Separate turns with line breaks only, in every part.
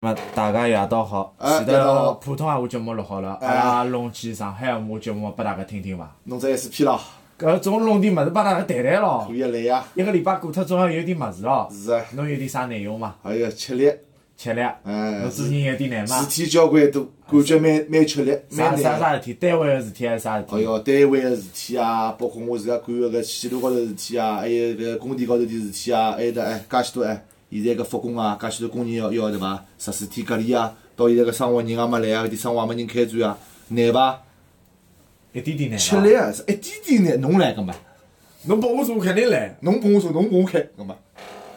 那么大家夜到好，
哎
前
夜到
头
好
普通闲话节目录好了，阿
哎
拉弄期上海闲话节目拨大家听听伐？
弄只 SP 咯，
搿总弄点物事拨大家谈谈咯
可。以来呀。
一个礼拜过脱，总要有点物事咯。
是啊，
侬有点啥内容嘛？
还有吃力，
吃力。
哎
侬最近有点难
事
嘛？
体交关多，感觉蛮蛮吃力，
啥
蛮
啥
难。
啥事体？单位个事体还是啥事
哎
体？
哟，单位个事体啊，包括我自家管个搿线路高头事体啊，还有搿工地高头点事体啊，还有得哎，介许多哎，现在搿复工啊，介许多工人要要对伐？十四天隔离啊，到现在搿生活人也没来啊，搿点生活也没人开展啊，难伐？
一点点难伐。
吃力啊，是一点点难，侬来搿么？
侬拨我做肯定来，
侬跟我说，侬跟我开搿么？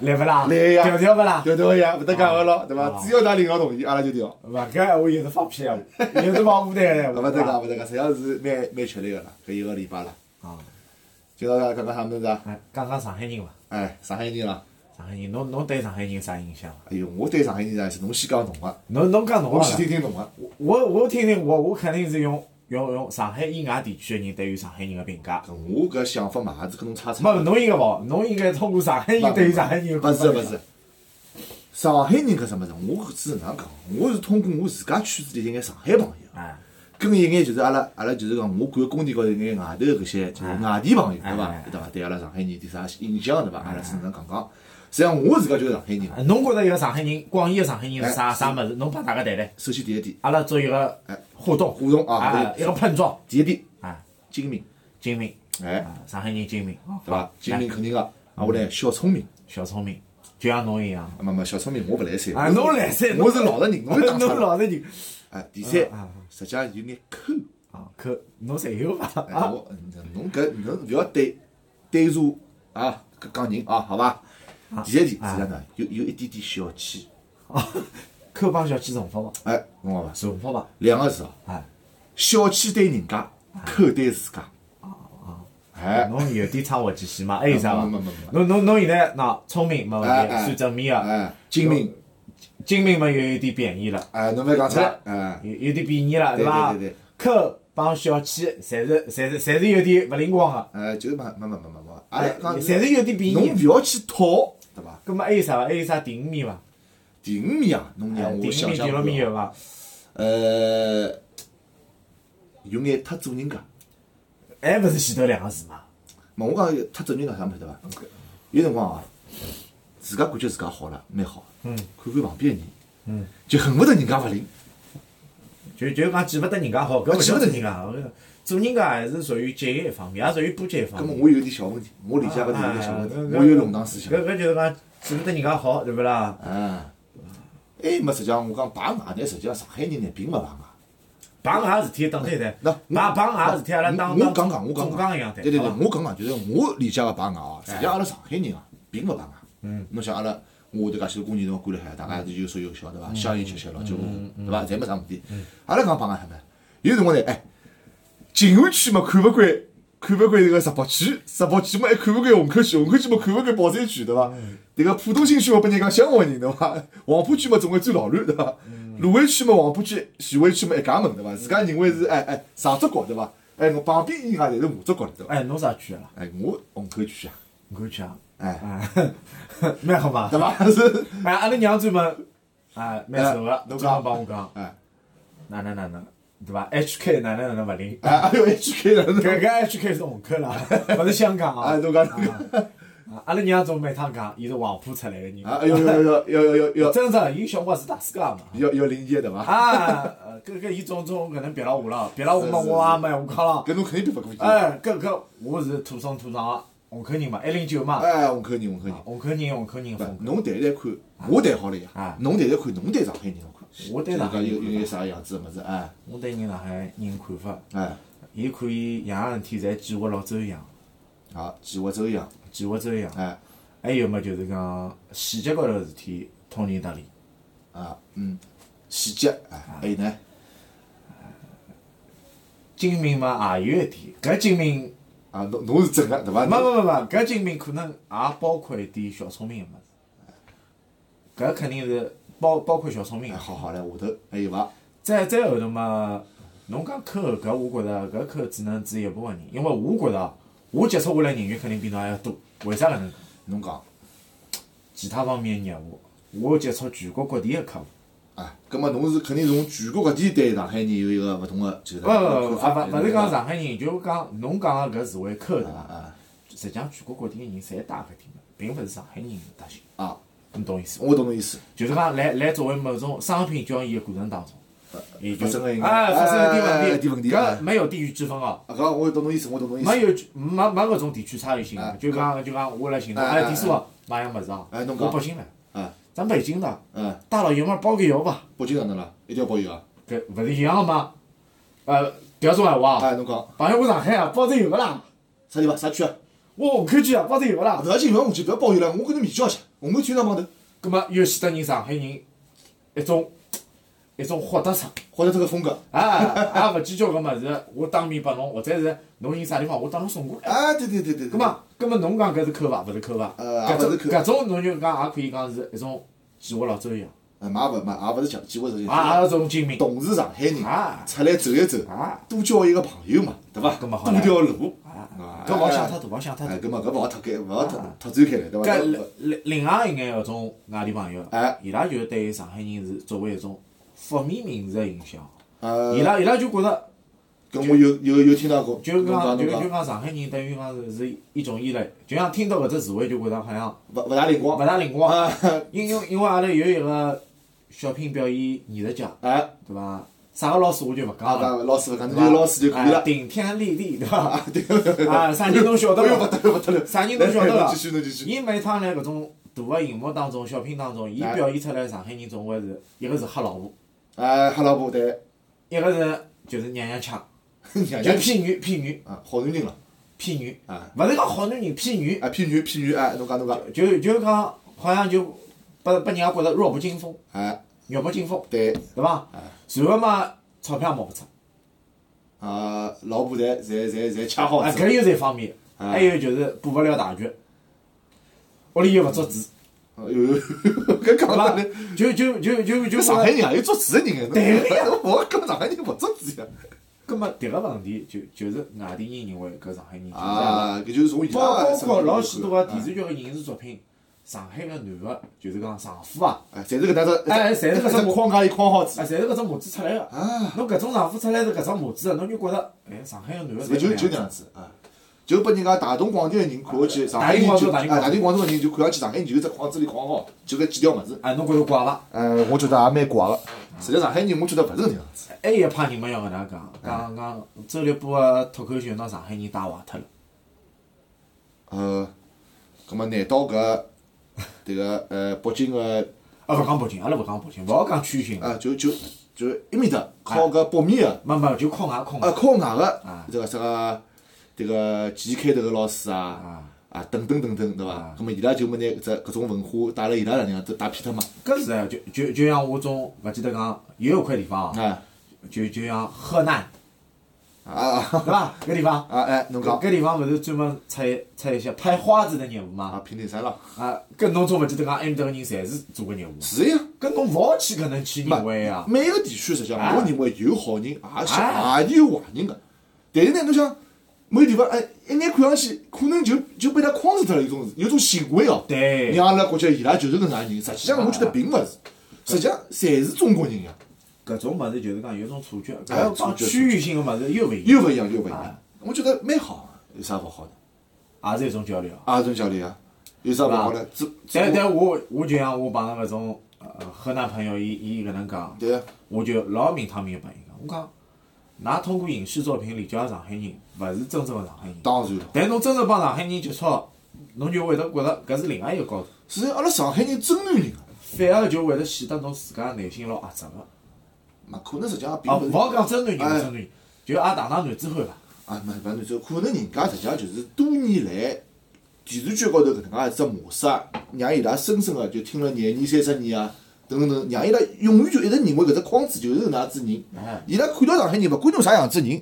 来勿啦？
来呀
调调勿啦？
调调哦个呀，勿得讲个咯，对
啊
伐？只要㑚领导同意，阿拉就调。
勿搿闲话有时放屁 闲话，啊有时放舞台闲话。
勿得讲，勿得讲，实际上是蛮蛮吃力个啦，搿一个礼拜啦。
啊，
今朝讲讲啥物事啊？
哎，讲讲上海人伐？
哎，上海人啦，
上海人，侬侬对上海人啥印象伐？
哎哟，我对上海人啊，是侬先讲侬个，
侬侬讲侬啊
我
好
先
了
听啊听侬个。
我我听听我我肯定是用用用上海以外地区的人对于上海人的评价。
搿我搿想法嘛，也是跟侬差差。
没，侬应该勿，侬应该通过上海人对于上海人的
勿是
看法
勿是，上海人搿什么事，我是哪能讲？我是通过我自家圈子里一眼上海朋友，
哎，
跟一眼就是阿拉阿拉就是讲，我管工地高头一眼外头搿些就是外地朋友对伐
啊哎？
对伐？对阿拉上海人有点啥印象对伐？阿拉是能讲讲。实际上我自家就是上海人。
哎侬觉着一个上海人，广义的上海人是啥
哎
啥物事？侬帮大家谈谈。
首先第一点，
阿拉做一个
哎
互动，
互动啊
哎，一
对
个碰撞，
第一点，
哎，
精明，
精明，
哎
啊，上海人精明，
对伐？精明
来
肯定个，
哎
啊，我来小聪明，
小聪明，就像侬一样。
啊，没没小聪明我勿来三，
啊，侬来噻，
我是老实人，
侬
侬讲出
侬
来。
老实 人
哎，第三
啊啊啊，
实际上有眼抠，
啊，可侬侪有伐？
哎，
啊，
我嗯侬搿侬勿要对对数啊，搿讲人啊，好伐？第一点，
啊
实际上呢，有有一点点小气，
可帮小气重复伐？
哎，侬讲伐？
重复伐？
两个字哦，
哎。
小气对人家，
啊
抠对自家。
哦
哎，
侬有点差活记性
嗯
嘛？还哎有啥伐
没没没没？
侬侬侬现在喏，聪明没问
哎
题，
哎
算正面啊个。
哎，精明，
精明嘛，又有点贬义了，
哎，侬勿要讲出来，
对
哎，
有有点贬义了，
对
伐
对对对？
抠帮小气，侪是侪是侪是有点勿灵光个，
哎，就是嘛，没没没没没，阿拉
哎，
讲
侪是有点贬
侬
义。
勿要去讨，对伐？
葛末还有啥伐？还有啥第五面伐？
第五名啊，侬
哎
让
第
我
五
想
面、
想
第六
看
面
哦
有伐？
呃，有眼太做人家。
还哎勿是前头两个字嘛？
嘛，我讲有太做人家啥物事对伐？
嗯
有辰光啊，自家感觉自家好了，蛮好。嗯。看看旁边个人，嗯，就恨不得人家勿灵。
就就讲见勿得人家好，搿勿叫
见勿
做
得
人家。我跟你讲做人家还是属于节约一方面，也属于巴结一方
葛
面
么。我有点小问题，我理解勿
啊
到有点小问
搿
题，
搿
我有垄断思想。
搿搿就是讲见勿得人家好，对勿啦？
啊。还没实际上，我讲排外呢，实际上上海人呢并勿排外。
碰外事体当对待，
那
碰碰外事体阿拉当
我讲讲，我
总讲
讲讲
一样谈，
对对对
好，吧哎
我讲讲就是我理解个排外哦，实际上阿拉上海人啊，并勿排外。嗯，侬像阿拉，我迭介许多工人侬管辣海，大家有说有笑对伐？
嗯
相依相惜，老酒对伐？侪没啥问题。阿拉讲排外啥么？有辰光呢，哎，静安区嘛看勿惯，看勿惯迭个石北区，石北区嘛还看勿惯虹口区，虹口区嘛看勿惯宝山区对伐？迭个浦东新区嘛拨人家乡下人对伐？黄浦区嘛总归最老卵对伐？卢湾区嘛黄浦区、徐汇区嘛一家门对伐？自家认为是哎哎上竹角对伐？哎，我旁边人家侪是五竹角对伐？
哎，侬啥区的啦？
哎，我虹口区啊，
我区啊，
哎，
啊，蛮好嘛
对。伐？是，
哎，阿拉娘专门啊，蛮熟
哎
个，
侬
专门
讲
帮我讲
哎，
哪能哪能，对伐？HK 哪能哪能勿灵，
哎，哎呦，HK 了，
搿搿 HK 是虹口啦，勿是香港
哎，
啊。
侬讲侬讲，
啊阿拉娘总每趟讲，伊是黄埔出来个人，
啊，哎呦呦呦呦呦呦
真的，伊小辰光是大世界嘛。
呦呦零一对伐？
啊，呃搿搿伊种种搿能别了我了，别了我嘛，
是是
我也没闲话讲了。
搿侬肯定比勿过去。
哎，搿搿我是土生土长个虹口人嘛，一零九嘛，
哎，虹口人，虹口人。
虹口人，虹口人，
不
虹口。
侬谈谈看，我谈好了
啊
呀。侬谈谈看，侬谈上海人好看。
我对
就
上海
是讲
人
有有眼啥样子个物事？哎
我对人上海人看法，
哎，
伊可以样样事体侪计划牢周详，
好，计划周详。
计划周详。
哎
还有么就是讲细节高头个事体通情达理，
啊嗯，细节
啊
哎，还有呢？
精明嘛也有一点，搿精明，
啊，侬侬是正个对伐？
勿勿勿勿，搿精明可能也包括一点小聪明个物事，搿肯定是包包括小聪明
哎，
的。
好好来，下头还有伐？
再再后头嘛，侬讲抠搿，我觉着搿抠只能指一部分人，因为我觉着我接触下来人员肯定比侬还要多。为啥搿能讲？
侬讲
其他方面的业务，我接触全国各地的客户，
哎葛末侬是肯定从全国各地对上海人有一个勿同个就是
勿勿勿，啊勿勿是讲上海人，就讲侬讲个搿所谓抠对伐？
啊
实际上全国各地个人侪带搿点物，并勿是上海人的特性，
啊，
侬懂意思伐？
我懂侬意思。
就是讲来来作为某种商品交易的过程当中，也就
发生了一个
哎发生
哎
了
哎
点
点
问
问
题，
题
搿
哎
没有地域之分哦。
啊，搿我懂侬意思，我懂侬意思。
没有没没搿种地区差异性的，就讲就讲我辣寻侬，
哎哎
哎，地叔啊买样物事啊，
哎侬
我
讲
北京来，
啊，
咱北京的，
嗯，
大老爷们儿包个邮吧，
北京哪能了？一定要包邮啊！
搿勿是一样的吗？呃，调种闲话啊，
哎，侬讲
朋友我上海啊，包只邮个啦，
啥地方啥区啊？
我虹口区啊，包只邮个
啊
啦。
勿要紧，勿要下去，勿要包邮了，我跟侬比较一下，我们区上帮头，
葛末又显得人上海人一种一种豁得上，
或者这个风格。
啊，也勿计较搿物事，我当面拨侬，或者是侬寻啥地方，我当侬送过来。
啊，对对对对对。
葛末，葛末侬讲搿是抠伐？勿是抠伐？
呃
搿
也
种
勿是抠
搿种侬就讲也可以讲是一种计划老周一样，
哎，嘛也勿嘛也勿是讲几回事情。
也也是种精明。
同是上海人
啊，
出来走一走
啊，
多交一个朋友嘛，对伐？
搿么好
多
唻
条路，
啊
啊，
搿勿好想太多，勿好想太
哎，
多。
搿么搿勿好脱开，勿好脱拓展开来，对伐？
搿另另另外一眼搿种外地朋友，
哎
伊拉就是对上海人是作为一种负面名词的影响，
呃
伊，拉伊拉就觉着
搿我有有有听到过，
就
侬
讲
讲
就
侬
就
讲，
讲上海人等于讲是是一种依赖，就像听到搿只词汇就觉着好像
勿勿大灵
勿
光，
大灵光，
哎
因因为因为阿拉有一个小品表演艺术家，
哎，啊
对伐？啥个老师我就勿讲了，
勿老师勿讲，
对
侬
伐
有老师就可以
哎
了。
顶天立地，对伐？
对 对对对
啊，啥人侬晓得
哎呦勿
伐？
得了，勿得了，
啥人侬晓得
来
伐
来继续侬继？续
伊每趟来搿种大个荧幕当中、小品当中，伊
哎
表现出来上海人总归是一个是黑老婆，
哎，黑老婆对，
一个是就是娘娘腔，
娘
就
娘
骗女骗女
啊，好男人了，
骗女
啊，
勿是讲好男人骗女，
啊，骗女骗女，哎，侬讲侬讲，
就就讲好像就拨拨人家觉着弱不禁风，
哎，
弱不禁风，
对，
对伐？
哎
然后嘛，钞票摸勿出，
啊，老婆侪侪侪侪掐好
啊，
子，
搿又是一方面，
哎
还有就是补勿了大局，屋里又勿做主，
哎呦， 搿讲
对
了
伐
嘞。？
就就就就就
就上海人也有做主的 人哎，
对个呀
侬我跟上海人勿做主 呀。
葛末迭个问题就就是外地人认为搿上海人存在了，
啊，搿就是从伊
包
拉
包
的生活
括老
观
许多个电
啊
视剧个影视作品，上海个男个就是讲丈夫啊，
哎，侪是搿搭只，
哎侪是搿只
只框架里框好子
啊，，侪是搿只模子出来个。侬搿种丈夫出来是搿只模子个，侬就觉着，哎，上海个男个
就就就
搿
搿样子啊。就拨人家大同广店的人看下去，上海人
大庭广众
就
大
哎
庭广众
大庭广众的人就看上去上海人就是只框子里框好，就搿几条物事。
啊，侬觉着怪伐？
呃，我觉得也蛮怪个。实际上海人我觉得勿是搿能样子。
还有一派人嘛要搿能讲，讲讲周立波个脱口秀拿上海人带坏脱了。
呃，葛末难道搿迭个呃北京个
啊，勿讲北京，阿拉勿讲北京，勿好讲区域性的，
啊就就就埃面搭靠搿北面个
没没就靠外靠
啊，
外。
靠外个这个这个这个 G 开头个老师啊啊等等等等，对伐？那么伊拉就没拿搿只搿种文化带了伊拉哪能样，都带偏脱嘛。
搿是啊，就就就像我总勿记得讲，也有块地方啊，
啊
就就像河南，
啊
对伐？搿地方，
啊！哎，侬讲
搿地方勿是专门出一出一些拍花子的业务
啊，
嘛？
平顶山了，
啊，搿侬总勿记得讲埃面搭个人侪是做搿业务嘛？
是呀。
搿侬勿好去搿能去认为啊！
每个地区实际上，
啊
我认为有好人，也是
啊
也有坏人个。但是呢，侬想某地方哎，一眼看上去，可能就就被他框住脱了，有种有种行为哦。
对
让阿拉国家伊拉就是搿能介人，实际上我觉得并勿是，实际上侪是中国人呀。
搿种物事就是讲有种错觉，搿
哎
要讲
错觉
区域性个物事又勿一样，
又勿一样，又勿一
哎
样。我觉得蛮好啊，有啥勿好呢？
也是一种交流啊。
阿顿教练啊，有啥勿好呢？只只
但但我我就像我碰到搿种呃河南朋友，伊伊搿能讲，
对啊，
我就老明堂明白伊讲，我讲，㑚通过影视作品理解上海人，勿是真正个上海人。
当然了。
但侬真正帮上海人接触，侬就会得觉着搿是另外一个高度，
是阿拉上海人真男人啊，
反而就会得显得侬自家内心老压榨个。
嘛可能实际上
啊，
并
勿
是
好讲真男人勿
哎
真男人，就也打打男子汉伐。
啊，没反正就可能人家实际上就是多年来电视剧高头搿能介一只模式啊，让伊拉深深个就听了廿年、三十年啊，等等等，让伊拉永远就一直认为搿只框子就是搿能介子人
哎。
伊拉看到上海人，勿管侬啥样子人，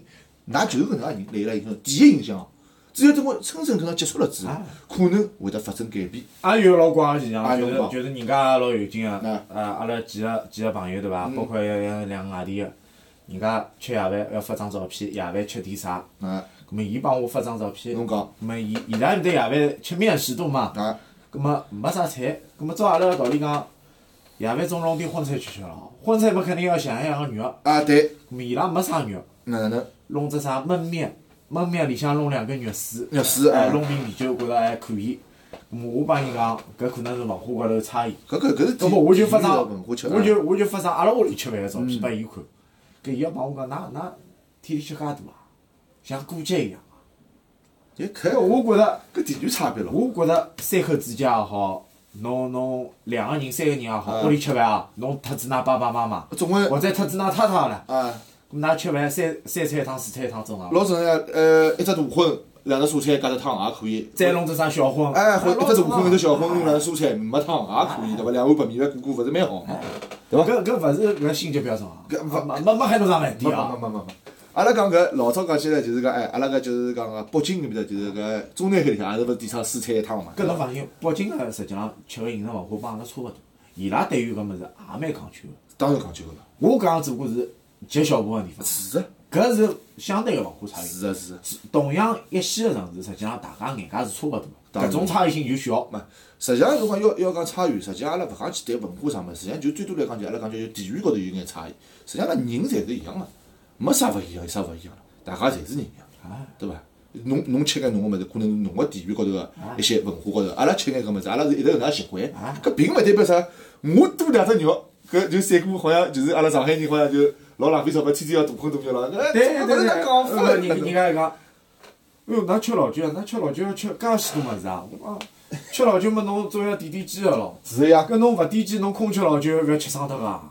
㑚就是搿能介人，对伊拉影响第一印象哦。只要等我深深跟他接触了之后
哎，
可能会得发生改变。
也哎有老怪个现象，
啊
就是
有光
就是人家也老有劲个
嗯，
呃，阿拉几个几个朋友对伐？包括有两个外地个，人家吃夜饭要发张照片，夜饭吃点啥？
啊，
咁么伊帮我发张照片，
侬讲
咁么伊伊拉面搭夜饭吃面食多嘛？
啊
咁么没啥菜，咁么照阿拉个道理讲，夜饭总弄点荤菜吃吃了，荤菜不肯定要像一样个肉，
啊，对，
咾么伊拉没啥肉，
哪能能？
弄只啥焖面，焖面里向弄两根肉丝，
肉丝
哎，
嗯
弄瓶啤酒，觉着还可以。咾么我帮伊讲，搿可能是文化高头差异。
搿个搿是
要么我就发张，
文化吃哎嗯
我就我就发张阿拉屋里吃饭个照片拨伊看，搿伊要帮我讲，㑚㑚天天吃介大啊，像过节一样。
也可以，
搿
我
我觉着，
哎搿地域差别咯。
我觉着三口之家也好，侬侬两个人、三个人也好，
嗯
屋里吃饭啊，侬特子㑚爸爸妈妈，
总归
或者特子㑚太太了，
啊，
咾㑚吃饭三三菜一汤、四菜一汤啊正常。
老正常呀，呃，一只大荤，两只蔬菜加只汤也可以。
再弄只啥小荤，
哎，或
或
一只大荤，一只小荤，弄两只蔬菜没汤也可以，对伐？两碗白米饭过过勿是蛮好吗？对伐？
搿搿勿是搿性级标准啊，
搿
搿
勿
没没没喊侬啥问题
没
啊
没。没没没。阿拉讲搿老早讲起来就是讲，哎，阿拉搿就是讲个北京搿面搭就是搿中南海里向也是勿是提倡四菜一汤嘛？
搿侬放心，北京个实际上吃个饮食文化帮阿拉差勿多，伊拉对于搿物事也蛮讲究个。
当然讲究个了。
我讲只不过是极小部分地方，
是啊，
搿是相对个文化差异。
是啊，是啊。
同样一线个城市，实际上大家眼界是差勿多的，
当然
搿种差异性就小。
嘛，实际上辰光要要讲差异，实际上阿拉勿讲去谈文化啥物事，实际上就最多来讲就阿拉讲就有地域高头有眼差异。实际上，阿拉人侪是一样个，没啥勿一样，有啥勿一样？大家侪是人呀，对伐？侬侬吃眼侬个物事，可能是侬个地域高头个一些文化高头，阿拉吃眼搿物事，阿拉是一直搿能介习惯，搿并勿代表啥。我多两只肉，搿就三哥好像就是阿拉上海人好像就老浪费钞票，天天要大荤大肉了。搿
对对
搿
对，
能介讲法
呃
了，
人人家讲，哎哟，㑚吃老酒啊，㑚吃老酒要吃介许多物事啊！我讲， 吃老酒嘛，侬总要点点鸡个咯。
是呀。
搿侬勿点鸡，侬空吃老酒，勿要吃伤脱个啊。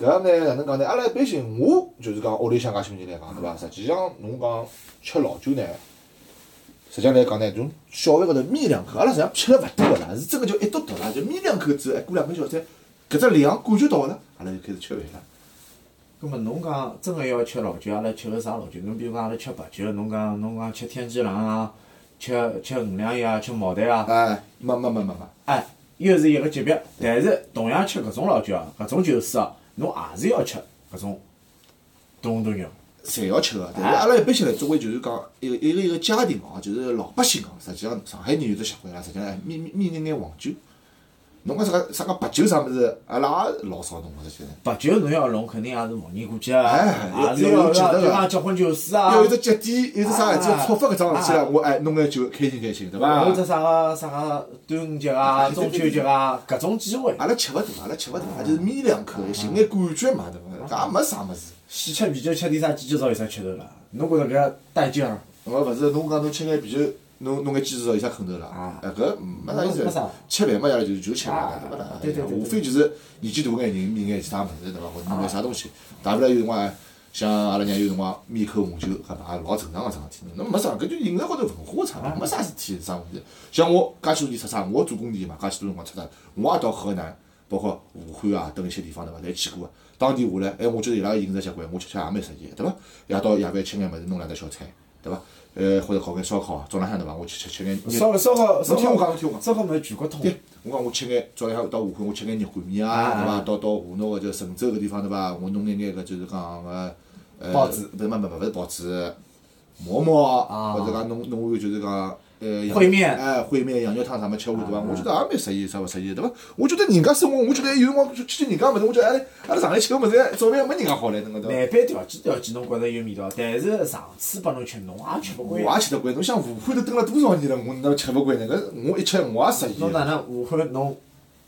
搿样呢，哪能讲呢？阿拉一般性，我就是讲屋里向介亲戚来讲，对伐？实际上，侬讲吃老酒呢，实际上来讲呢，从小饭高头抿两口，阿拉实际上吃了勿多个啦，是真个叫一笃笃啦，就抿两口之后，哎，过两口小菜，搿只量感觉到个啦，阿拉就开始吃饭了。
葛末侬讲真个要吃老酒，阿拉吃个啥老酒？侬比如讲阿拉吃白酒，侬讲侬讲吃天际狼啊，吃吃五粮液啊，吃茅台啊，
哎，没没没没没，
哎，又是一个级别。但是同样吃搿种老酒啊，搿种酒水啊，侬也是要吃搿种东东肉。
侪要吃个。但是阿拉一般性呢，作为就是讲一个一个一个家庭哦，就是老百姓哦，实际上上海人有只习惯啦，实际上哎抿抿抿眼眼黄酒。侬讲啥个啥个白酒啥物事，阿拉也老少弄个，实际上。
白酒侬要弄，肯定也是逢年过节
哎
啊，也是
要
要
有节
要
的
就
啊
讲结婚酒水啊
要，有只节点，有只啥事体要触发搿桩事体
啊
啦，我哎弄眼酒开心开心，对伐
有？只啥个啥个端午节啊、
啊对对
中
对
秋节啊，搿种机会，
阿拉吃勿大，阿拉吃勿大，就是抿两口，寻眼感觉嘛，对伐？也没啥物事。
喜吃啤酒吃点啥鸡脚烧有啥吃头了？侬觉着搿带劲儿？
我勿是侬讲侬吃眼啤酒，侬弄眼鸡翅有啥啃头啦
啊？
哎，搿没啥意
没啥
思。吃饭嘛，阿拉就就吃饭
啊
了，对勿哎啦？
对对对
无非就是年纪大眼人抿眼其他物事，对伐？或者弄眼啥东西，大不了有辰光哎像阿拉娘有辰光抿口红酒，搿嘛也老正常个桩事体。侬没啥，搿就饮食高头文化差别，没啥事体啥问题。像我介许多年出差，我做工地嘛，介许多辰光出差，我也到河南。包括武汉啊等一些地方对伐，侪去过。当地下来，哎，我觉得伊拉个饮食习惯，我吃吃也蛮适宜，对伐？夜到夜饭吃眼物事，弄两只小菜，对伐？呃，或者烤眼烧烤啊，早浪向对伐？我去吃吃眼热。
烧烧烤烧
侬听我
烤
讲，侬听我讲。
烧烤么全国通，
对，我讲我吃眼早浪向到武汉，我吃眼肉桂面啊，
啊
对伐？到到河南或者郑州搿地方对伐？我弄眼眼搿就是讲个呃
包子，
不是，没没没，勿是包子，馍馍
啊
或者讲弄弄碗就是讲。呃，
烩面啊
哎，烩面、羊肉汤啥么吃下对伐？我觉得也蛮适意，啥勿适意对伐？我觉得人家生活，我觉得有辰光去吃人家物事，我觉得哎，阿拉上海吃个物事，早饭没人家好嘞，侬讲对伐？
难版调剂调剂，侬觉着有味道，但是上次拨侬吃，侬也吃勿
我
惯。啊
也吃得惯，侬想武汉都蹲了多少年了，我哪能吃勿惯呢？搿我一吃我也适意。
侬哪能武汉侬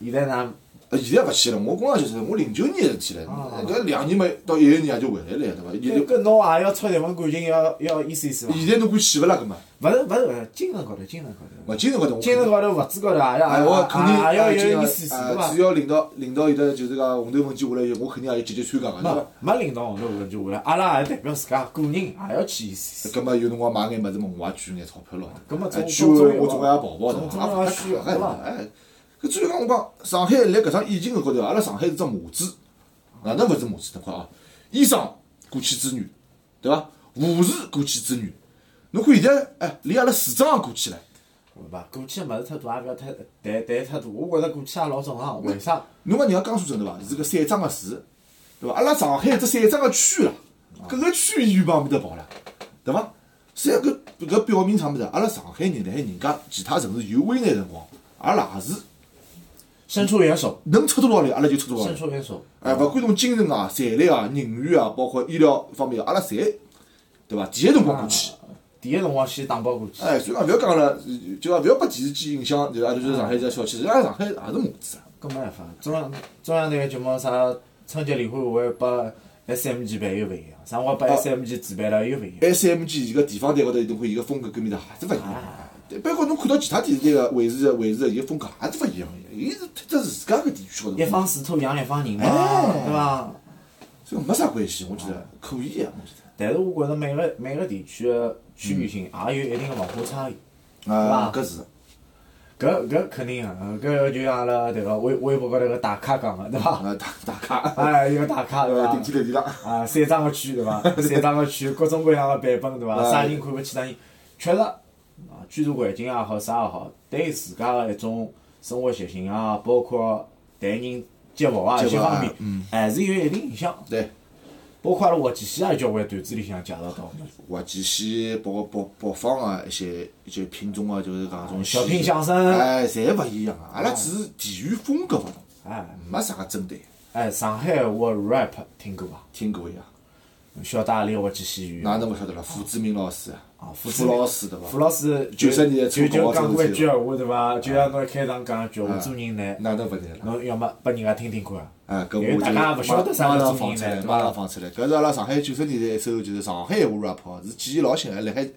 现在哪
呃，现在勿去了，我刚刚就是我零九年的事体了，
啊
搿两年嘛到一六年也就回来了呀，对伐？现
搿
在
搿侬也要操这份感情，要要意思意思伐？
现在侬敢去勿啦？搿嘛，
嗯勿是勿是勿是，精神高头，精神高头，
勿精神高头，我
精神高头、物质高头，啊也
哎，我肯定
要也要啊
哎今
有
个
意思意思，对
哎
伐
只？要领导领导有的就是讲红头文件下来，我肯定也要积极参加个，对伐
没？没领导红头文就下来，阿拉也代表自家个人也要去意思意思。
搿啊么有辰光买眼物事嘛，我也捐眼钞票咯。
搿么
哎
总
捐完我
总
总归也跑跑的，
总
也
总
勿
要需要
哎
对伐
哎，搿至于讲我讲上海辣搿场疫情搿高头，阿拉上海是只母子，哪能勿是母子？侬看啊，医生过去支援，对伐？护士过去支援，侬看现在哎，连阿拉市长也过去了。
勿吧，过去个物事太大，也勿要太谈谈太大。我觉着过去也老正常，为啥？
侬讲人家江苏省对伐？是个散装个市，对伐？阿拉上海只散装个区啦，搿个区医院帮面搭跑啦，对伐？所以搿搿表明啥物事？阿拉上海人辣海人家其他城市有危难辰光，阿拉也是
伸出援手，
能出多少力，阿拉就出多少
伸
力。
出援手。
哎，勿管从精神啊、财力啊、人员啊，包括医疗方面啊，阿拉侪对伐？第一辰光过去，
第一辰光先打包过去，
哎，所以讲勿要讲阿拉，就讲勿要拨电视机影响，就阿拉就是上海这小区，实际上上海也是麻子啊。
搿没办法。中央中央台个节目啥春节联欢晚会拨 S M G 办又勿一样，啊上
哦
回拨 S M G 主办了又勿一样。
SMG 伊个地方台高头，侬看伊个风格跟面搭还是勿一样。对包括侬看到其他电视台个卫视、卫视个伊个风格还是勿一样的，伊是特指自家个地区高头
一。方水土养一方人嘛，
哎
对伐？
所以没啥关系，我觉得可以啊，我觉得。
但是我觉着每个每个地区个区域性也有一定个文化差异。
啊，
对
搿是。
搿搿肯定啊，搿个就像阿拉迭个微微博高头个大咖讲个，对伐？
啊，打 打卡，
哎，有个大咖对
呃，
伐
顶？天立地了。
啊，三张个区 对伐？三张个区，各种各样个版本对伐？
哎
啥人看勿起啥人，确实啊，居住环境也好，啥也好，对自家个一种生活习性啊，包括待人接物啊，
接
一
物
些方
啊
面
嗯，
还是有一定影响。
对，
包括阿拉滑稽戏也交关段子里向介绍到，
滑稽戏，包括北北方啊一些一些品种啊，就是讲种
小
戏
品相声
哎，侪勿一样啊。阿拉只是地域风格勿同，
哎
没啥个针对。
哎，上海话 rap 听过伐？
听过呀，
晓得阿里个滑稽戏院伐
哪能勿晓得了？傅志明老师
啊，哦傅
傅老师对伐？
傅老师就
93年
就
出国
就
啊
讲过
这
一
个
句闲话对伐？就像侬一开场讲一句，
啊
我做人难，
哪能勿对了？
侬要么拨人家听听看啊。
哎，搿
因为
我就
大家也勿晓得啥
马
叫
上
做
放
人
出
才
来，
对
马
伐
上放出来。搿是阿拉上海九十年代一首就是上海话 rap，是记忆老新，还辣海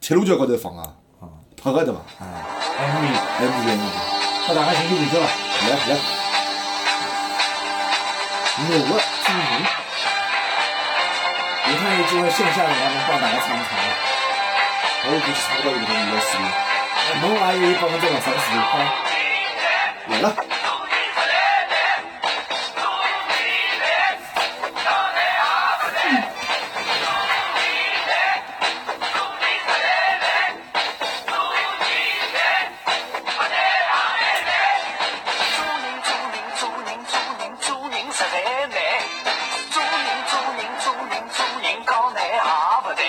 铁路桥高头放啊，拍个对伐？
啊哎，
哎，不对不对。
MV 拨大家寻寻感觉伐？
来来，我知名，
有趟有机会线下的话，能帮大家唱一唱啊。
我估计差不多有搿能个水平。
侬也有一百分之六十的实力，好
来了，
做人做人做人做人做人实在难，做人做人做人做人讲难也不难，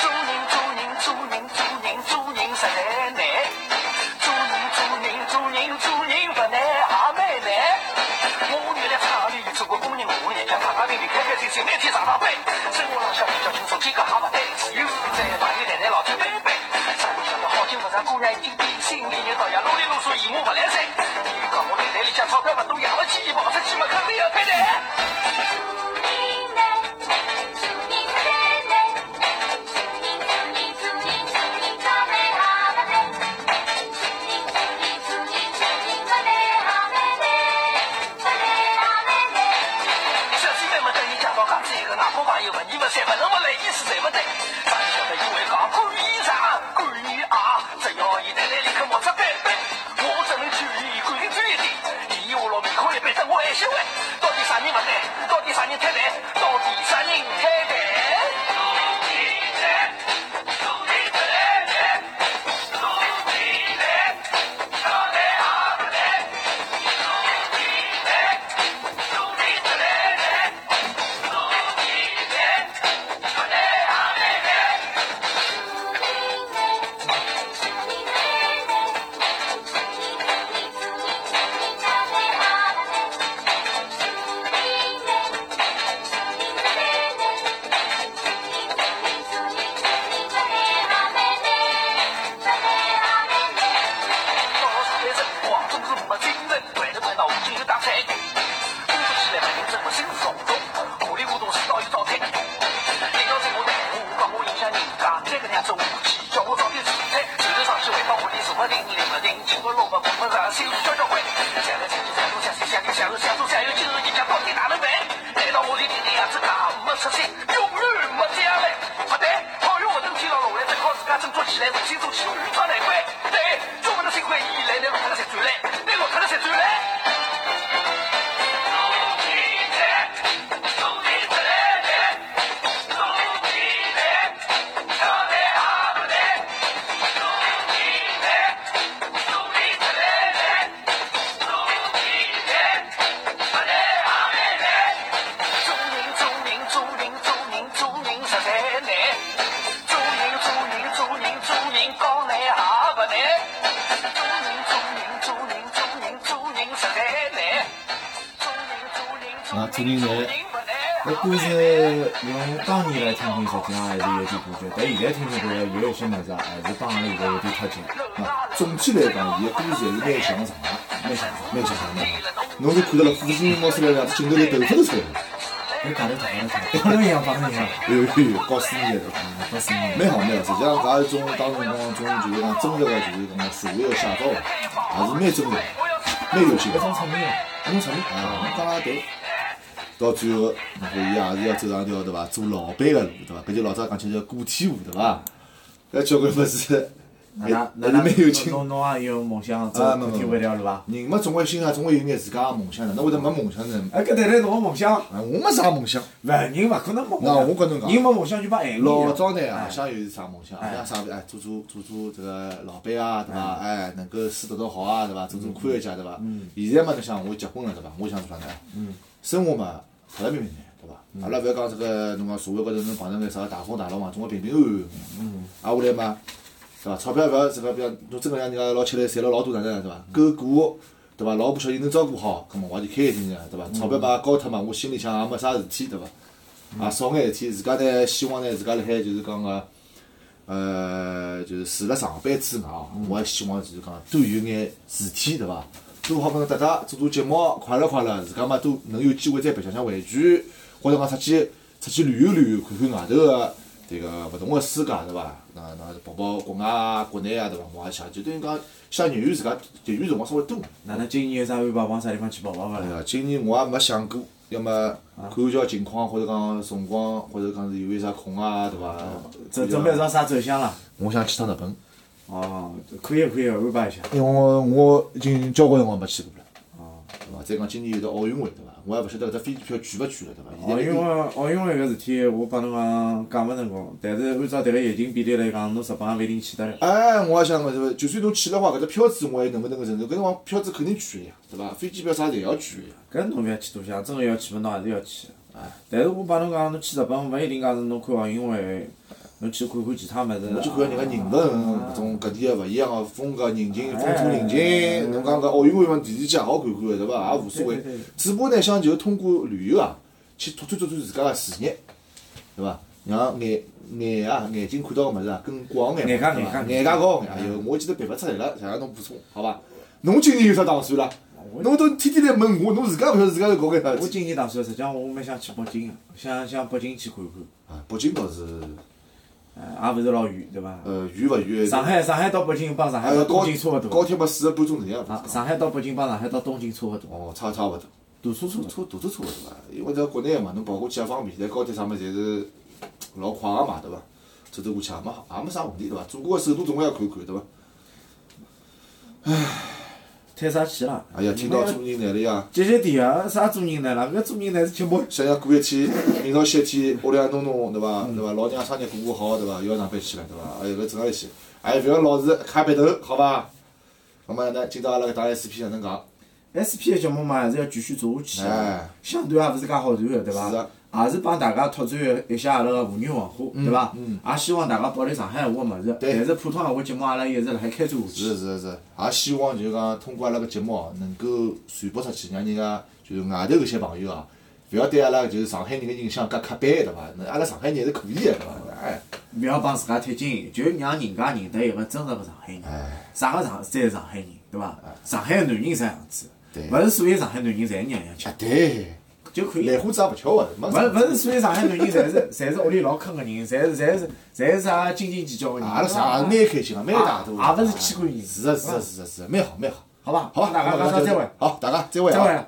做人做人做人做人做人实在难，做人做人做人做人不难也蛮难。我原来厂里做过工人，我日天上班平平开开心心，每天上上班，生活浪向比较轻松，几个也不难，有负债朋友奶奶老舅伯伯，啥里向的好景不长，姑娘一点点，心里有道呀，啰里啰嗦嫌我不来塞。你讲我袋袋里向钞票不多，养不起，跑出去么肯定要亏待。小鸡妹们等你讲到讲这个，外婆朋友们，你们侪不能不来意思，侪不对。咱晓得因为讲管伊啥，管伊啊，只要伊奶奶里肯莫只板板，我只能劝伊管得专一点。伊下了面孔一板等我还些歪，到底啥人勿难？到底啥人太难？到底啥人太难？
Thank
啊，做人侪
搿歌是用当年来听听，实际上还是有点感觉，但现在听听觉着有一些物事啊还是帮阿拉现在有点脱节。
啊，总体来讲，伊个故事还是蛮像场的，蛮像蛮像场的。侬是看到了火星冒出来了，镜头里头发都出来了，
侬讲得讲得讲，一样帮侬一样，
哎呦呦呦，告诉你来了。
不是你。
蛮好蛮好，实际上搿也是一种当时讲种就是讲真实个就是讲社会个写照伐，也是蛮真实的，蛮有趣
搿
个。
种出名的，
搿种产品啊，侬讲得对。到最后，然后伊也是要走上一条对伐，做老板个路对伐？搿就老早讲起叫个体户对伐？搿交关物事，还
那
还
啊那
是
那
蛮有劲。
侬侬也有梦想走
啊
搿
没
条
没
路条路伐？
人嘛，总归心上总归有眼自家个梦想的，侬会得没梦想呢？
哎，搿谈谈侬个梦想，
啊，我没啥梦想。
勿人勿可能没梦
那
想。
我跟侬讲
人没梦想就把闲
老早呢，
哎
啊，想有是啥梦想？
哎
像啥哎，做做做做这个老板啊，对伐？哎，能够书读读好啊，
嗯
对伐？做做科学家，对伐？现在嘛，侬想我结婚了，对伐？我想做啥呢？
嗯
生活嘛，踏踏平平的，对伐？阿拉勿要讲这个，侬讲社会高头侬碰着眼啥个大风大浪嘛，总归平平安安的。
嗯
挨下来嘛，对伐？钞票勿要这个，比方侬真个像人家老吃力，赚了老多哪能
嗯
对伐？够过。对伐？老婆小人能照顾好，葛末我也就开开心心的，对伐？钞票嘛也交脱嘛，我心里向也没啥事体，对伐？啊，少眼事体，自家呢希望呢自家辣海就是讲个，呃，就是除了上班之外哦，我还希望就是讲多有眼事体，对伐？多好跟搭搭做做节目，快乐快乐，自家嘛都能有机会再白相相玩具，或者讲出去出去旅游旅游，看看外头个迭个勿同个世界，对伐？那那跑跑国外啊、国内啊，对伐？我也想，就等于讲想业余自家业余辰光稍微多。
哪能今年有啥安排？往啥地方去跑跑伐
哎？呀，今年我也没想过，要么看叫情况，或者讲辰光，或者讲是有啥空啊，对伐？
准准备
啥？
朝啥走向了？
我想去趟日本，
哦，可以可以，安排一下。
因为我我已经交关辰光没去过了。啊对伐？再讲今年有得奥运会对伐？我也勿晓得搿只飞机票贵勿贵了对伐？现
奥
在
运会奥运会搿事体，我帮侬讲讲勿成功，但是按照迭个疫情比例来讲，侬日本也勿一定去得了。啊
哎，我也想讲对伐？就算侬去了话，搿只票子我还能勿能够承受？搿辰光票子肯定贵呀，对伐？飞机票啥侪要贵呀。
搿侬勿要去多想，真个要去嘛，侬还是要去。啊但是我帮侬讲，侬去日本勿一定讲是侬看奥运会，侬去看看其他物事。
我就看人家人文搿种各地个勿一样个风格、人情、风土人情。侬讲搿奥运会嘛，电视机也好看看个对伐？也无所谓
对对对。
只不过呢，想就通过旅游啊，去拓展拓展自家个视野，对伐？让眼眼啊眼睛看到个物事啊更广眼嘛，
眼界
对伐
眼界
眼界高眼。哎呦，我记得别勿出来了，谢谢侬补充，好伐？侬今年有啥打算啦？侬都天天来问我，侬自家勿晓得自家在搞眼啥
我
事体？
今年打算，实际上我蛮想去北京的，想想北京去看
啊，北京倒是
看，呃，也勿是老远，对伐？
呃远勿远？
上海上海到北京帮上海
呃
到
高
东京差勿
高
多。
铁嘛四个半钟头样
啊，上海到北京帮上海到东京差勿多，
哦，差差勿多。
大差差
坐
勿多。
车大车差勿多啊，因为在国内个嘛，侬跑过去也方便，现在高铁啥么侪是老快个嘛，对伐？走走过去也没也没啥问题，对伐？祖国个首都总归要看看，对伐？
太啥去了？
哎呀，听到中人来了呀，
节节点啊，啥做人呢啦？搿做人呢是吃不
想想过一天，明朝歇天，屋里向弄弄，对伐？对伐？老娘生日过过好，对伐？又要上班去了，对伐？哎呦，搿正常一些，哎，勿要老是卡鼻头，好伐？那么呢，今朝阿拉搿打 SP 哪能讲？
SP 的节目嘛，还是要继续做下去
哎
的。相对也勿是介好谈的，对
是啊嗯
伐？也是帮大家拓展一下阿拉个妇女文化，对伐？也希望大家保留上海话个物事，
对
但是普通闲话节目阿拉一直辣海开展下去。
是是是，也希望就是讲通过阿拉个节目哦能够传播出去，让人家就是外头搿些朋友啊，勿要对阿拉就是上海人个印象介刻板对伐？那阿拉上海人还是可以个对伐？哎，
勿要帮自家贴金，就让人家认得一个真实个上海人
哎，
啥个上才是上海人，对伐？上海男人啥样子
对，
勿是所有上海男人侪娘娘腔
啊对，
就可以
兰
了。
花指也勿翘个，没
勿勿是所有上海男人侪是侪是屋里老坑个人，侪是侪是侪是啥斤斤计较个人。
啊阿拉上也蛮开心个，啊蛮大度个，
也勿是欺负人
是啊是啊是啊是啊，蛮好蛮好，
好吧
好，
大家
那么
大家
就
再会
好，大家再会啊，
再会了